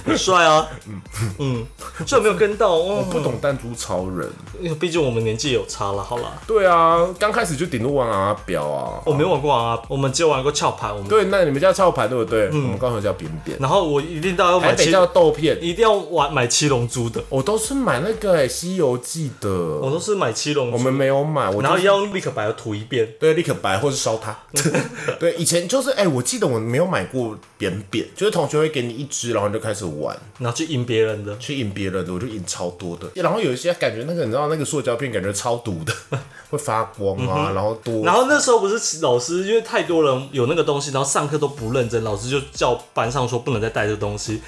B: 很帅啊，嗯嗯，虽然没有 跟到哦，
A: 不懂弹珠超人。
B: 因为毕竟我们年纪有差了，好啦，
A: 对啊，刚开始就顶多玩阿表啊。
B: 我没玩过啊，我们只有玩过翘牌，我们，
A: 对，那你们叫操盘对不对？我们刚才叫扁扁，
B: 然后我一定到要
A: 台
B: 买
A: 北
B: 七，
A: 叫豆片。
B: 一定要玩买七龙珠的，
A: 我都是买那个、欸《西游记》的，
B: 我都是买七龙珠，
A: 我们没有买，我就
B: 然后要用立刻把它涂一遍，
A: 对立刻白或是烧 它。对，以前就是哎、我记得我没有买过扁扁，就是同学会给你一支，然后你就开始玩，
B: 然后去赢别人的。
A: 去引别人的，我就引超多的。然后有一些感觉那个你知道那个塑胶片感觉超毒的， 会发光
B: 嗯
A: 啊，然后多，
B: 然后那时候不是老师，因为太多人有那个东西，然后上课都不认真，老师就叫班上说不能再带这个东西，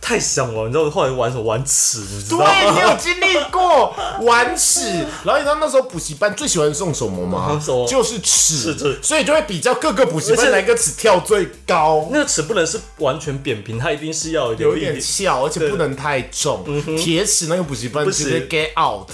B: 太想玩，你知道后来玩什么？玩尺，你知道吗？
A: 对，你啊有经历过玩尺，然后你知道那时候补习班最喜欢送什么吗？
B: 嗯什么
A: 就是尺，
B: 是尺
A: 所以就会比较各个补习
B: 而
A: 班
B: 且
A: 哪个尺跳最高。
B: 那个尺不能是完全扁平，它一定是要有一点
A: 有一
B: 力
A: 点翘，而且不能太重。铁尺那个补习班直接
B: 嗯行
A: get out，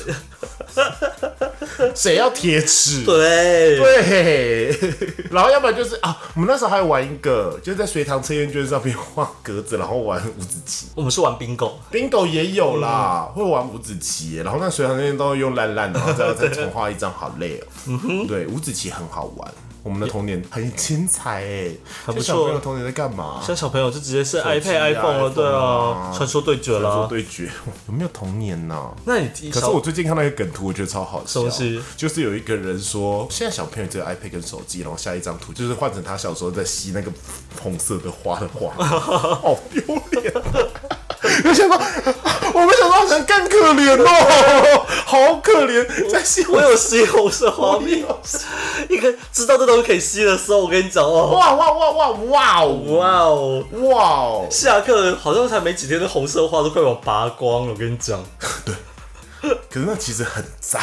A: 谁要铁尺？
B: 对，
A: 对，然后要不然就是啊，我们那时候还玩一个，就是在随堂测验卷上面画格子，然后玩五子棋
B: 我们是玩 bingo，
A: ，bingo 也有
B: 嗯
A: 啦，会玩五子棋耶，然后那随堂测验都用烂烂的，然后再再重画一张，好累哦。
B: 嗯
A: 对，五子棋很好玩。我们的童年很精彩哎，
B: 很不
A: 这小朋友
B: 错
A: 童年在干嘛？
B: 像小朋友就直接是
A: 机啊
B: iPad、iPhone 了，对
A: iPhone 啊
B: 啊，传说对决
A: 做
B: 啦。
A: 对决， 有没有童年呢、
B: 那你
A: 可是我最近看到一个梗图，我觉得超好笑
B: 什么事，
A: 就是有一个人说，现在小朋友只有 iPad 跟手机，然后下一张图就是换成他小时候在吸那个红色的花的 花，好丢脸啊。我想到，我没想到好像更可怜哦，好可怜，在吸
B: 我
A: 我
B: 有吸红色画面， 一个知道这东西可以吸的时候，我跟你讲哦，
A: 哇哇哇哇哇哦
B: 哇哦！
A: 哇哦，
B: 下课好像才没几天，那红色花都快把我拔光了。我跟你讲，
A: 可是那其实很 脏，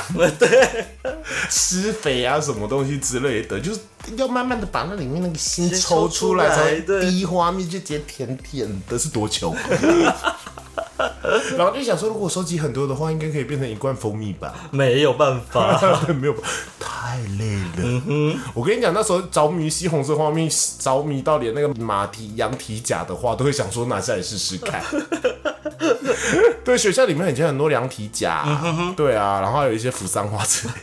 A: 施肥啊，什么东西之类的，就是要慢慢的把那里面那个心
B: 先
A: 抽
B: 抽
A: 出
B: 出
A: 来，
B: 来
A: 才会
B: 对
A: 滴花蜜就直接甜甜的，是多 穷。然后就想说，如果收集很多的话，应该可以变成一罐蜂蜜吧？
B: 没有办 法，
A: 没有吧，太累了。我跟你讲，那时候着迷西红柿花蜜，着迷到连那个马蹄、羊蹄甲的话，都会想说拿下来试试 看。对，学校里面以前很多羊蹄甲啊、对啊，然后还有一些扶桑花之类的，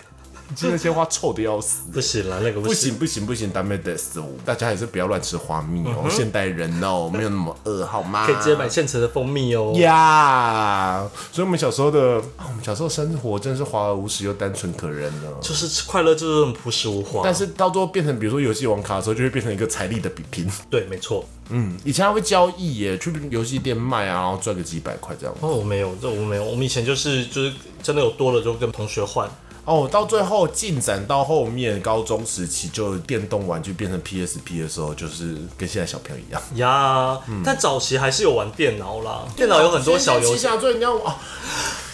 A: 就那些花臭的要死。
B: 不行了，那个
A: 不
B: 不行。
A: 行不行不行，ダメです哦！大家还是不要乱吃花蜜哦，现代人哦，没有那么饿好吗？
B: 可以直接买现成的蜂蜜哦。
A: 呀所以我们小时候的，啊我们小时候生活真是华而无实又单纯可人哦呢。
B: 就是快乐就是很朴实无华。
A: 但是到最后变成，比如说游戏王卡的时候，就会变成一个财力的比拼。
B: 对，没错。
A: 嗯，以前还会交易耶，去游戏店卖啊，然后赚个几百块这样。
B: 哦，我没有，这我没有。我们以前就是就是真的有多了就跟同学换。
A: 哦，到最后进展到后面高中时期，就电动玩具变成 PSP 的时候，就是跟现在小朋友一样。
B: 呀，
A: 嗯
B: 但早期还是有玩电脑啦，
A: 啊
B: 电脑有很多小游
A: 仙剑
B: 戏
A: 奇。侠传，你要哦，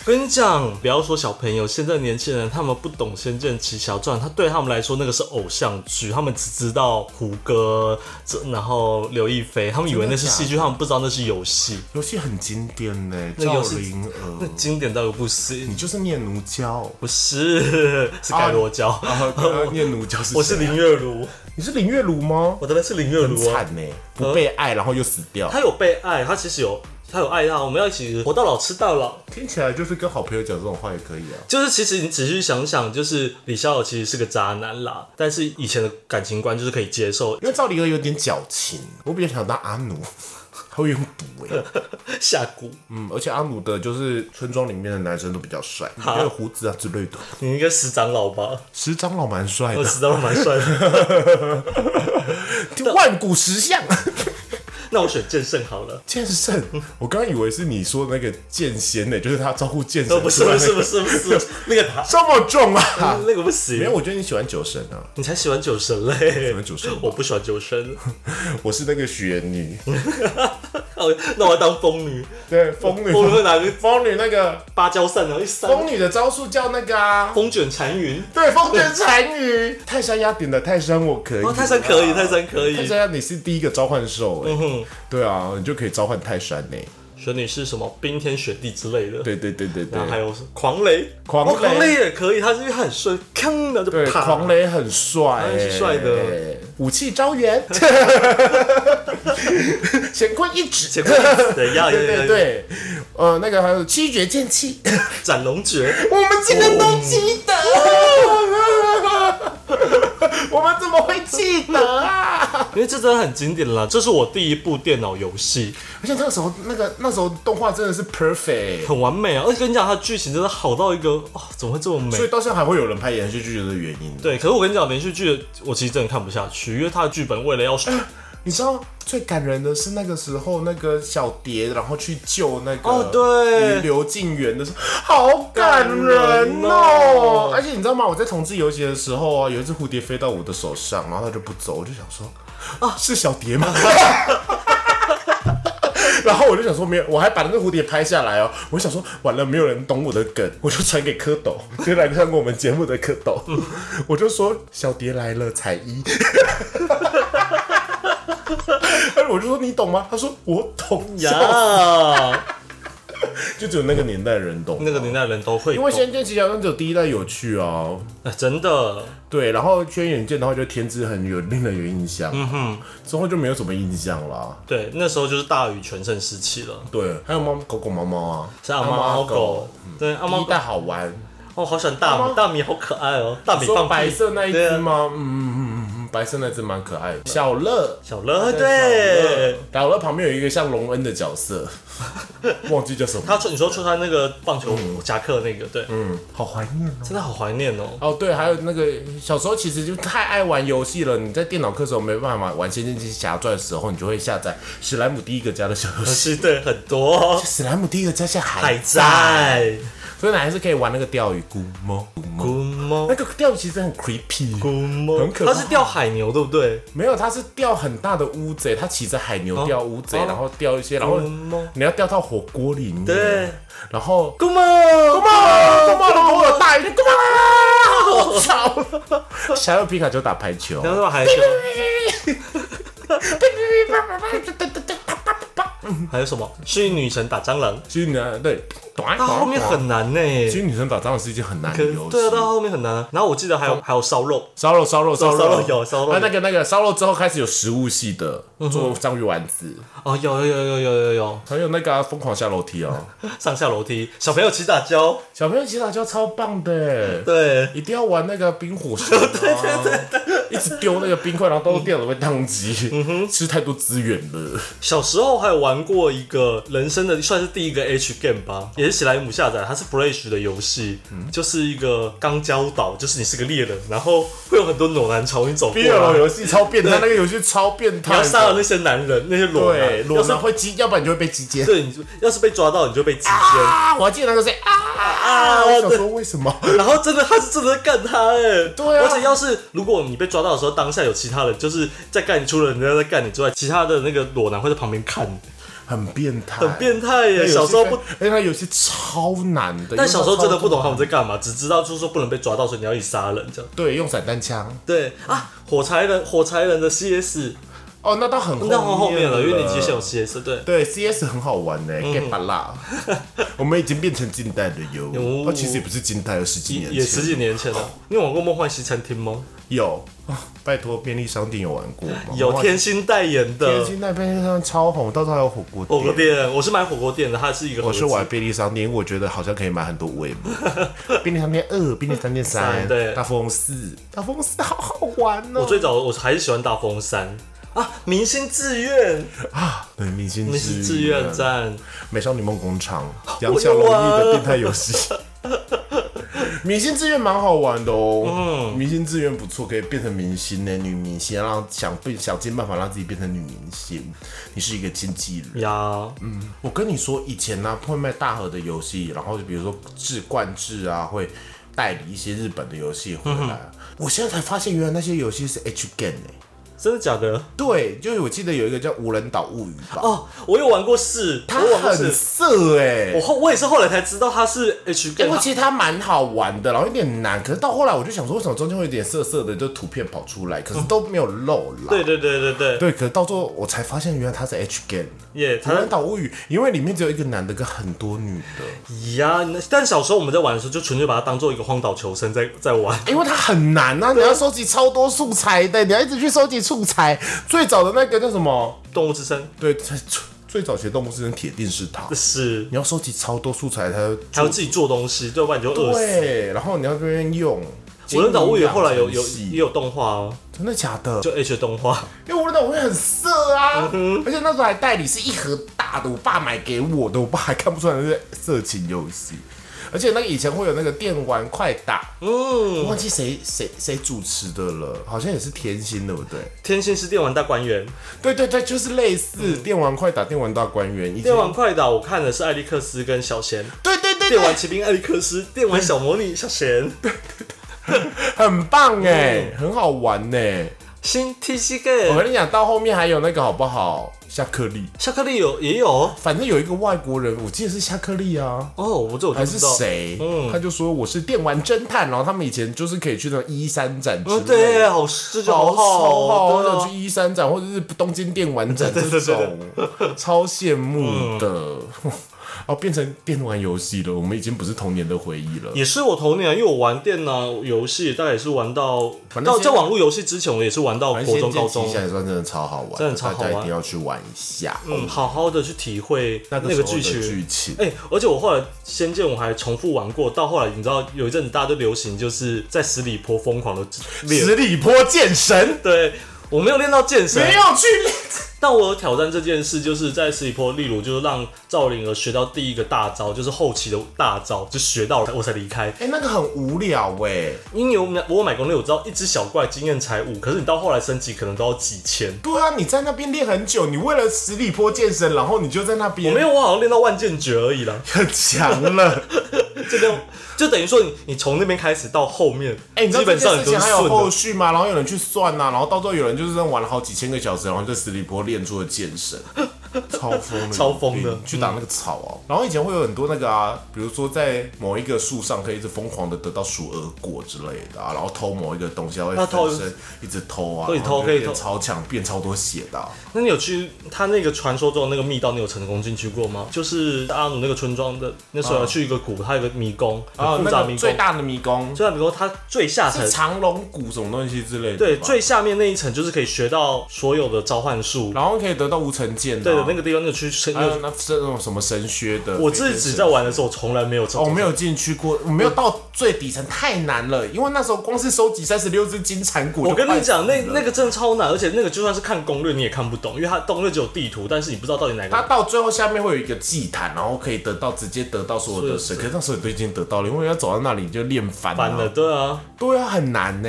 B: 跟你讲，不要说小朋友，现在年轻人他们不懂《仙剑奇侠传》，他对他们来说那个是偶像剧，他们只知道胡歌，这然后刘亦菲，他们以为那是戏剧，他们不知道那是游戏，
A: 游戏很经典呢，
B: 那
A: 赵
B: 游戏
A: 灵儿，
B: 经典到有不行。
A: 你就是念奴娇。
B: 不是，是盖罗娇，
A: 啊，刚刚念奴娇是谁啊
B: 我是林月如，
A: 你是林月如吗？
B: 我当然是林月
A: 很
B: 如啊。
A: 惨呢，不被爱，然后又死掉。
B: 他有被爱，他其实有，他有爱他，我们要一起活到老吃到老。
A: 听起来就是跟好朋友讲这种话也可以啊。
B: 就是其实你仔细想想，就是李逍遥其实是个渣男啦，但是以前的感情观就是可以接受，
A: 因为赵灵儿有点矫情，我比较想当阿奴， 他会用毒哎、
B: 下蛊。
A: 嗯，而且阿奴的就是村庄里面的男生都比较帅，还
B: 哈
A: 有胡子啊之类的。
B: 你应该死长老吧？
A: 石长老蛮帅
B: 我
A: 的，
B: 死长老蛮帅的，
A: 万古石 像。
B: 那我选剑圣好 了。
A: 剑圣，我刚刚以为是你说的那个剑仙呢，就是他照顾剑
B: 哦，
A: 神。
B: 不是不是不是不是， 那个他
A: 这么重啊？
B: 那个
A: 没
B: 不
A: 有，
B: 行，
A: 我觉得你喜欢酒神啊，
B: 你才喜欢酒神嘞
A: 喜。欢酒神。
B: 我不喜欢酒 神，
A: 我是那个雪女，
B: 哦，那我要当风女，
A: 对，风女，
B: 风女会拿个
A: 风女那个
B: 芭蕉扇然啊后一扇，
A: 风女的招数叫那个啊，
B: 风卷残云。
A: 对，风卷残云。泰山压顶的泰山我可以，
B: 哦，泰山可以，泰山可
A: 泰
B: 以。
A: 山压顶是第一个召唤兽哎、
B: 嗯，
A: 对啊，你就可以召唤泰山呢、
B: 选你是什么冰天雪地之类的。
A: 对对对对对
B: 然后，还有狂雷，
A: 狂
B: 哦狂
A: 雷
B: 雷也可以，他是因为很帅，锵然后
A: 对
B: 就啪，
A: 狂雷很帅、欸，
B: 是帅的，
A: 武器招 员，乾坤一指，
B: 结果 对呀，
A: 对对
B: 对，
A: 对，呃，那个还有七绝剑气，
B: 斩龙诀，
A: 我们竟然都记得，哦 我们怎么会记得啊？
B: 因为这真的很经典啦。这是我第一部电脑游戏，
A: 而且那个时候，那个那时候动画真的是 perfect，欸
B: 很完美啊！而且跟你讲，它的剧情真的好到一个哦，怎么会这么美
A: 所？以到现在还会有人拍延续剧的原因。，
B: 对，可是我跟你讲，连续剧我其实真的看不下去，因为它的剧本为 了要
A: 你知道最感人的是那个时候那个小蝶，然后去救那个
B: 哦对
A: 离刘敬元的时候，好感人
B: 感人
A: 哦
B: 哦！
A: 而且你知道吗？我在同志游戏的时候啊，有一只蝴蝶飞到我的手上，然后它就不走，我就想说啊，是小蝶吗？ 然后我就想说没有，我还把那个蝴蝶拍下来哦。我想说完了，没有人懂我的梗，我就传给蝌蚪，就来看过我们节目的蝌蚪，我就说小蝶来了，彩衣。哎，我就说你懂吗？他说我懂呀，
B: 呀，
A: 就只有那个年代的人懂。
B: 那个年代的人都会
A: 因
B: 懂，
A: 为《仙剑奇侠传》只有第一代有趣哦，
B: 哎真的
A: 对，然后《轩辕剑》的话就天之痕有令人有印象，嗯哼，之后就没有什么印象啦。
B: 对，那时候就是大禹全盛时期了，
A: 对，还有猫狗狗猫猫啊，
B: 是阿猫阿狗，对阿
A: 第
B: 猫
A: 一代好玩，
B: 哦，好喜欢大米，大米好可爱哦，大米
A: 说
B: 放
A: 白
B: 屁
A: 色那一
B: 对
A: 只
B: 啊
A: 吗？嗯嗯嗯嗯，白色那只蛮可爱的，小乐。
B: 小乐
A: 小
B: 对
A: 乐，，小乐旁边有一个像隆恩的角 色，忘记叫什么，
B: 他穿你说穿他那个棒球夹克那个，对，
A: 嗯，好怀念哦。
B: 真的好怀念哦。
A: 哦，对，还有那个小时候其实就太爱玩游戏了。你在电脑课的时候没办法玩《仙剑奇侠传》的时候，你就会下载史莱姆第一个家的小游
B: 可
A: 戏。
B: 惜对很多哦
A: 史莱姆第一个家现在还
B: 还
A: 在，
B: 在，
A: 所以你还是可以玩那个钓鱼古猫。古猫
B: 古猫
A: 那个钓鱼其实很 creepy，
B: 古猫
A: 很可怕
B: 他是钓海牛对不对？
A: 没有，它是钓很大的乌贼，它骑着海牛钓乌贼，
B: 哦
A: 然后钓一些，然后
B: 古猫
A: 你要钓到火锅里面，
B: 对，
A: 然后。
B: 古猫古
A: 猫，公猫的火有大一点，公猫，好吵！想要皮卡丘打排球，
B: 然后还有还有什么？是女神打蟑螂，
A: 其实呢，对，短
B: 它啊后面很难呢。
A: 其实女生打仗是一件很难的
B: 可
A: 游戏
B: 对啊，。到后面很难啊。然后我记得还有还有烧肉，
A: 烧肉，烧肉，烧
B: 烧肉有烧肉有嗯
A: 啊，那个那个烧肉之后开始有食物系的，做章鱼丸子，
B: 哦，有有有有有有有，
A: 还有那个啊疯狂下楼梯哦。
B: 上下楼梯，小朋友骑打跤，
A: 小朋友骑打球超棒的，欸
B: 对，
A: 一定要玩那个冰火 神啊，对对对一直丢那个冰块，然后到电脑会宕
B: 嗯
A: 机，吃太多资源了。
B: 小时候还有玩过一个人生的算是第一个 H game 吧，也是史莱姆下载，它是 Flash 的游戏，
A: 嗯
B: 就是一个钢胶岛，就是你是个猎人，然后会有很多裸男朝你走过
A: B L
B: 来，
A: 游戏超变态，那个游戏超变
B: 你
A: 态
B: 要
A: 的，
B: 杀了那些男人，那些裸
A: 对，
B: 男，
A: 裸
B: 啊要啊是
A: 男会击，要不然你就会被击奸。
B: 对，你就要是被抓到，你就被击 奸。
A: 啊！我还记得那个谁啊啊！我想说为什么？
B: 然后真的，他是真的在干他哎、
A: 对啊
B: 而且要是如果你被抓到的时候，当下有其他人就是在干你，除了人家在干你之外，其他的那个裸男会在旁边看，
A: 很变态，
B: 很变态耶、
A: 那游戏
B: 小时候不
A: 非，而且它有哎些超难的，
B: 但小时候真的不懂他
A: 用到超
B: 们在干嘛，只知道就是说不能被抓到，所以你要一起杀人这样。
A: 对，用散弹枪。
B: 对啊，火柴人，火柴人的 CS
A: 哦，那到很
B: 那到后面
A: 面
B: 了，因为你
A: 了
B: 之前有 CS 对。
A: 对 CS 很好玩呢，get
B: 嗯
A: 巴 拉。我们已经变成近代的哟，
B: 哦
A: 哦，其实也不是近代，有十几年
B: 也十
A: 前
B: 几年前了，你有玩过《梦幻西餐厅》吗？
A: 有。 啊拜托，便利商店有玩过吗？
B: 有天心代言的
A: 天津那便利商店超红，到时候还有火锅
B: 火锅。店，哦我是买火锅店的，它是一个
A: 我
B: 盒子
A: 是玩便利商店，因为我觉得好像可以买很多微 博。便利商店二、便利商店三、
B: 三对
A: 大富翁四、大富翁四好好玩哦。
B: 我最早我还是喜欢大风山啊，明星志愿，
A: 啊，对，明星
B: 明星志愿站，
A: 美少女梦工厂、
B: 有
A: 杨小龙一的变态游戏。 明星志愿蛮好玩的哦，
B: 嗯
A: 明星志愿不错，可以变成明星呢，女明星，让想变想尽办法让自己变成女明星。你是一个经纪人，
B: 呀，
A: 我跟你说，以前呢、会卖大盒的游戏，然后就比如说志冠志啊，会
B: 嗯
A: 代理一些日本的游戏回来。我现在才发现，原来那些游戏是 H game 哎、
B: 真的假的？
A: 对，就是我记得有一个叫《无人岛物语》吧，
B: 哦，我有玩过四，
A: 它
B: 我玩过
A: 很
B: 四，
A: 色哎、
B: 我后我也是后来才知道它是 H
A: 因为
B: game，
A: 其实它蛮好玩的，然后有点难，可是到后来我就想说，为什么中间会有点涩涩的，就图片跑出来，可是都没有漏啦。
B: 对对对对对，
A: 对，可是到最后我才发现，原来它是 H game
B: Yeah，
A: 《无人岛物语》，因为里面只有一个男的跟很多女的，
B: 呀，那但小时候我们在玩的时候，就纯粹把它当做一个荒岛求生在在玩。
A: 因为它很难啊，你要收集超多素材的，你要一直去收集素材。最早的那个叫什么？
B: 动物之声
A: 对， 最最早学动物之人铁定是他，
B: 是，
A: 你要收集超多素材才会
B: 还有自己做东西，要不然你就饿死。
A: 对，然后你要这边用。
B: 无人岛物语后来有
A: 经
B: 有
A: 营养成
B: 也
A: 系
B: 有动画哦，
A: 真的假的？
B: 就 H 动画，
A: 因为我的我会很色
B: 嗯
A: 啊，而且那时候还代理是一盒大的，我爸买给我的，我爸还看不出来那是色情游戏。而且那个以前会有那个电玩快打，我
B: 嗯，
A: 忘记谁谁谁主持的了，好像也是天心，对不对？
B: 天心是电玩大观园，
A: 对对对，就是类似电玩快打、电玩大观园，以前
B: 嗯电玩快打我看的是艾利克斯跟小贤，
A: 对对对
B: 电玩
A: 对，
B: 骑兵艾利克斯，电玩小魔女小贤，
A: 很棒哎，
B: 嗯
A: 很好玩呢。
B: 新 T C
A: 我
B: game，
A: 跟你讲，到后面还有那个好不好？夏克力，
B: 夏克力有也有哦，
A: 反正有一个外国人，我记得是夏克力啊，
B: 我这我就
A: 还
B: 不
A: 是
B: 知道。
A: 谁，
B: 嗯
A: 他就说我是电玩侦探，然后他们以前就是可以去那种一三展之
B: 哦，
A: 类
B: 对，
A: 的。
B: 好，这就
A: 好
B: 好
A: 好啊好，
B: 对啊
A: 想去一三展或者是东京电玩展
B: 对
A: 这
B: 对对
A: 种，超羡慕的。 哦，变成电玩游戏了，我们已经不是童年的回忆了。
B: 也是我童年啊，因为我玩电脑游戏，大概也是玩到
A: 反正
B: 到
A: 现
B: 在
A: 在
B: 网络游戏之前，我也是玩到国中、高中
A: 现，在算真的超好玩，
B: 真的超好玩
A: 大家一定要去玩一下。
B: 嗯，好好的去体会那
A: 那
B: 个
A: 时候
B: 剧
A: 的
B: 情。
A: 剧情，
B: 哎、而且我后来《仙剑》我还重复玩过，到后来你知道有一阵子大家都流行，就是在十里坡疯狂的练。
A: 十里坡剑神
B: 对，我没有练到剑神，
A: 没有去练，
B: 但我有挑战这件事，就是在十里坡，例如就是让赵灵儿学到第一个大招，就是后期的大招，就学到了我才离开。
A: 哎、那个很无聊哎、
B: 因为我买我买攻略，我知道一只小怪经验才五，可是你到后来升级可能都要几千。
A: 对啊，你在那边练很久，你为了十里坡健身，然后你就在那边
B: 我没有，我好像练到万剑诀而已啦。
A: 很强 了。
B: 这边就等于说你你从那边开始到后面，
A: 哎、你知道这
B: 基本
A: 件
B: 上你
A: 事
B: 都是
A: 情还有
B: 顺
A: 后
B: 的。
A: 续吗？然后有人去算呐、然后到最后有人就是玩了好几千个小时，然后在十里坡练出了健 身，超疯的，
B: 超疯的嗯
A: 去打那个草哦、然后以前会有很多那个啊，比如说在某一个树上可以一直疯狂的得到鼠耳果之类的啊，然后偷某一个东西，然后
B: 那偷
A: 会分身一直偷啊，
B: 可以偷
A: 然后就
B: 可以
A: 变
B: 偷
A: 超强，变超多血的啊、
B: 那你有去他那个传说中的那个密道，你有成功进去过吗？就是阿努那个村庄的，那时候要去一个谷，它有个迷宫，
A: 哦
B: 很复
A: 啊那个
B: 杂啊迷宫。
A: 最大的迷宫
B: 最大迷宫它最下层
A: 是长龙骨什么东西之类的吧，
B: 对最下面那一层就是可以学到所有的召唤术。
A: 然后可以得到无尘剑、啊，
B: 对的，那个地方你有去去，你
A: 还
B: 有
A: 有那这种什么神靴的，
B: 我自己在玩的时候，从来没有
A: 哦，我
B: 我
A: 没有进去过，我没有到最底层，太难了，因为那时候光是收集三十六只金蝉骨，
B: 我跟你讲，
A: 就快
B: 那
A: 死了
B: 那个真的超难，而且那个就算是看攻略你也看不懂，因为它攻略只有地图，但是你不知道到底哪
A: 它
B: 个。
A: 到最后下面会有一个祭坛，然后可以得到直接得到所有的
B: 是
A: 神，可是那时候你都已经得到了，因为要走到那里你就练翻
B: 烦了，
A: 了，
B: 对啊，
A: 对啊，很难呢。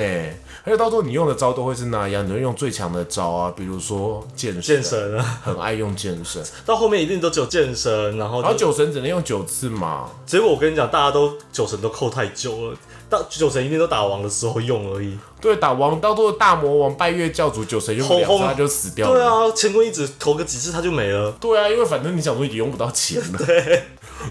A: 而且到时候你用的招都会是那样，你会用最强的招啊，比如说剑神，
B: 剑神啊，
A: 很爱用剑神，
B: 到后面一定都只有剑神，然后
A: 然后
B: 就
A: 九神只能用九次嘛，
B: 结果我跟你讲，大家都九神都扣太久了，到九神一定都打王的时候用而已。
A: 对，打王到最后大魔王拜月教主九神用不了，
B: 轰轰
A: 他就死掉了。
B: 对啊，乾坤一直投个几次他就没了，
A: 对啊，因为反正你想说也用不到钱了，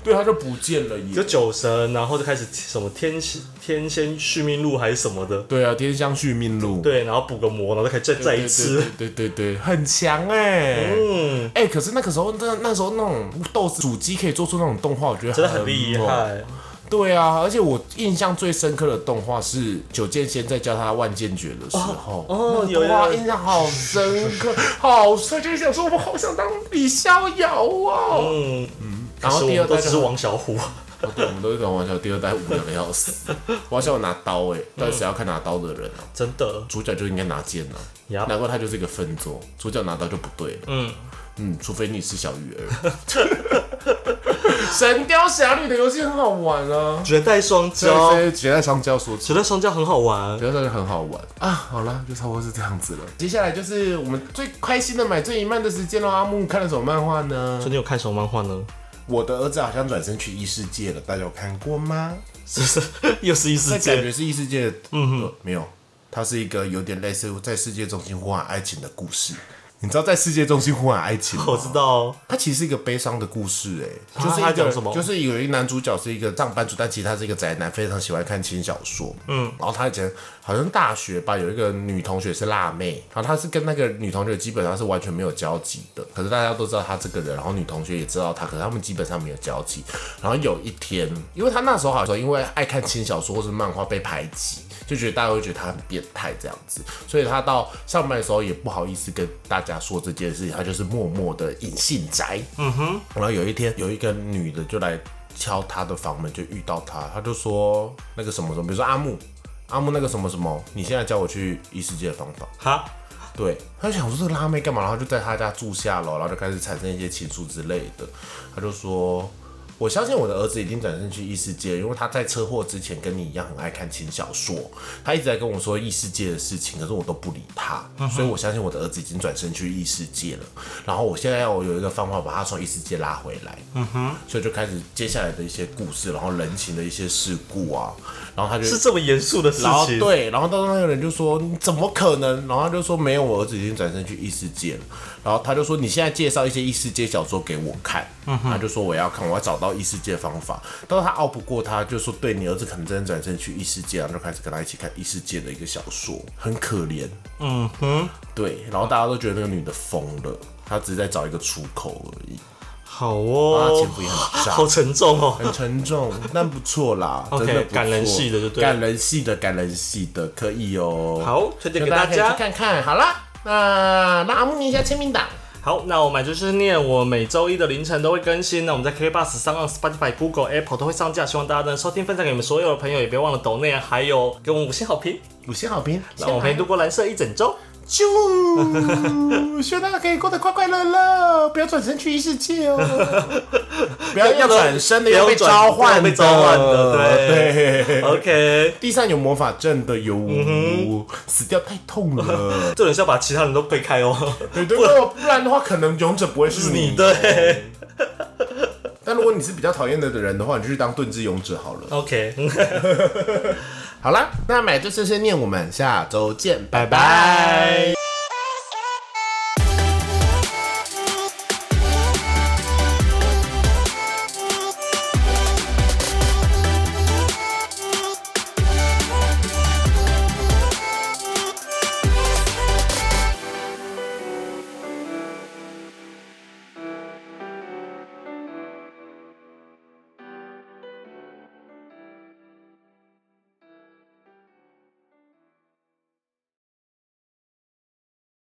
A: 对，他就不见了
B: 就
A: 也。
B: 九神，然后就开始什么天仙天仙续命录还是什么的，
A: 对啊，天香续命录，
B: 对，然后补个魔，然后再再再一次，
A: 对，对对对对，很强哎、
B: 嗯，
A: 哎、可是那个时候，那那时候那种斗士主机可以做出那种动画，我觉得
B: 真的很厉
A: 猛。
B: 害。
A: 对啊，而且我印象最深刻的动画是九剑仙在教他万剑诀的时候，
B: 哦
A: 那个动画
B: 有有有
A: 印象好深刻，好帅，就是想说我好想当李逍遥哦。
B: 嗯，
A: 然后
B: 可是
A: 第
B: 我
A: 二
B: 们都
A: 代
B: 只
A: 就是很
B: 王小虎，
A: 哦对，我们都是开玩笑，第二代无聊的要 死。我笑我拿刀哎、欸，到底谁要看拿刀的人啊？
B: 真的
A: 主角就应该拿剑呐、
B: 呀
A: 难怪他就是一个分作，主角拿刀就不对了。啊嗯嗯，除非你是小鱼儿。 神雕侠侣的游戏很好玩啊，
B: 绝代双
A: 对
B: 骄，
A: 所以绝代双骄说
B: 绝
A: 起。
B: 代双骄很好玩。
A: 绝代双骄很好玩啊！好了，就差不多是这样子了。接下来就是我们最开心的买最一漫的时间喽。阿木看了什么漫画呢？
B: 最近有看什么漫画呢？
A: 我的儿子好像转身去异世界了，大家有看过吗？
B: 是不是 又是异世
A: 那感
B: 界？
A: 觉是异世界，嗯哼，没有，它是一个有点类似在世界中心呼喊爱情的故事。你知道在世界中心呼喊爱情吗？
B: 我知道，
A: 它其实是一个悲伤的故事、哎，
B: 啊
A: 就是
B: 它
A: 一
B: 讲
A: 个
B: 什么
A: 就是有一男主角是一个上班族，但其实他是一个宅男，非常喜欢看轻小说。嗯，然后他以前好像大学吧，有一个女同学是辣妹，然后他是跟那个女同学基本上是完全没有交集的。可是大家都知道他这个人，然后女同学也知道他，可是他们基本上没有交集。然后有一天，因为他那时候好像因为爱看轻小说或是漫画被排挤，就觉得大家会觉得他很变态这样子，所以他到上班的时候也不好意思跟大家说这件事情，他就是默默的隐姓宅。嗯哼。然后有一天有一个女的就来敲他的房门，就遇到他，他就说那个什么什么，比如说阿木，阿木那个什么什么，你现在教我去异世界的方法。
B: 哈，
A: 对，他就想说这个辣妹干嘛，然后就在他家住下了，然后就开始产生一些情愫之类的。他就说，我相信我的儿子已经转身去异世界，因为他在车祸之前跟你一样很爱看轻小说，他一直在跟我说异世界的事情，可是我都不理他，所以我相信我的儿子已经转身去异世界了。然后我现在要有一个方法把他从异世界拉回来，嗯哼，所以就开始接下来的一些故事，然后人情的一些事故啊，然后他就是
B: 这么严肃的事
A: 然后
B: 情，
A: 对，然后到时候那个人就说你怎么可能？然后他就说没有，我儿子已经转身去异世界了。然后他就说你现在介绍一些异世界小说给我看，
B: 嗯
A: 他就说我要看，我要找到异世界方法。但是他拗不过他，就说对你儿子可能真的转身去异世界，然后就开始跟他一起看异世界的一个小说，很可怜。
B: 嗯哼，
A: 对，然后大家都觉得那个女的疯了，她只是在找一个出口而已，
B: 好
A: 她
B: 哦
A: 前，夫也很渣。
B: 好沉重哦。
A: 很沉重， 但不错啦
B: OK，
A: 真的不错
B: 感人系的就对了
A: 感人系的，感人系的，可以哦。
B: 好推荐给
A: 那
B: 大
A: 大可以去
B: 家。
A: 看看。好啦，那让阿木念一下签名档。
B: 好，那我们就是念，我每周一的凌晨都会更新。那我们在 k b u s 上、on Spotify、Google、Apple 都会上架，希望大家能收听，分享给你们所有的朋友，也别忘了抖内，啊还有给我们五星好评，
A: 五星好评，
B: 让我们陪你度过蓝色一整周。
A: 啾！希望大家可以过得快快乐 乐，不要转身去异世界哦。不要要转身的，
B: 不要
A: 被
B: 转
A: 召唤的，
B: 不要被召唤的对嗯
A: 对
B: OK，
A: 地上有魔法阵的哟，死掉太痛 了。
B: 重点是要把其他人都推开哦。
A: 对对，如果不然的话，可能勇者不会是
B: 你
A: 你。
B: 对
A: 但如果你是比较讨厌的人的话，你就去当盾之勇者好了。
B: ，OK，嗯
A: 好啦，那买醉碎碎念，我们下周见，拜
B: 拜
A: 拜。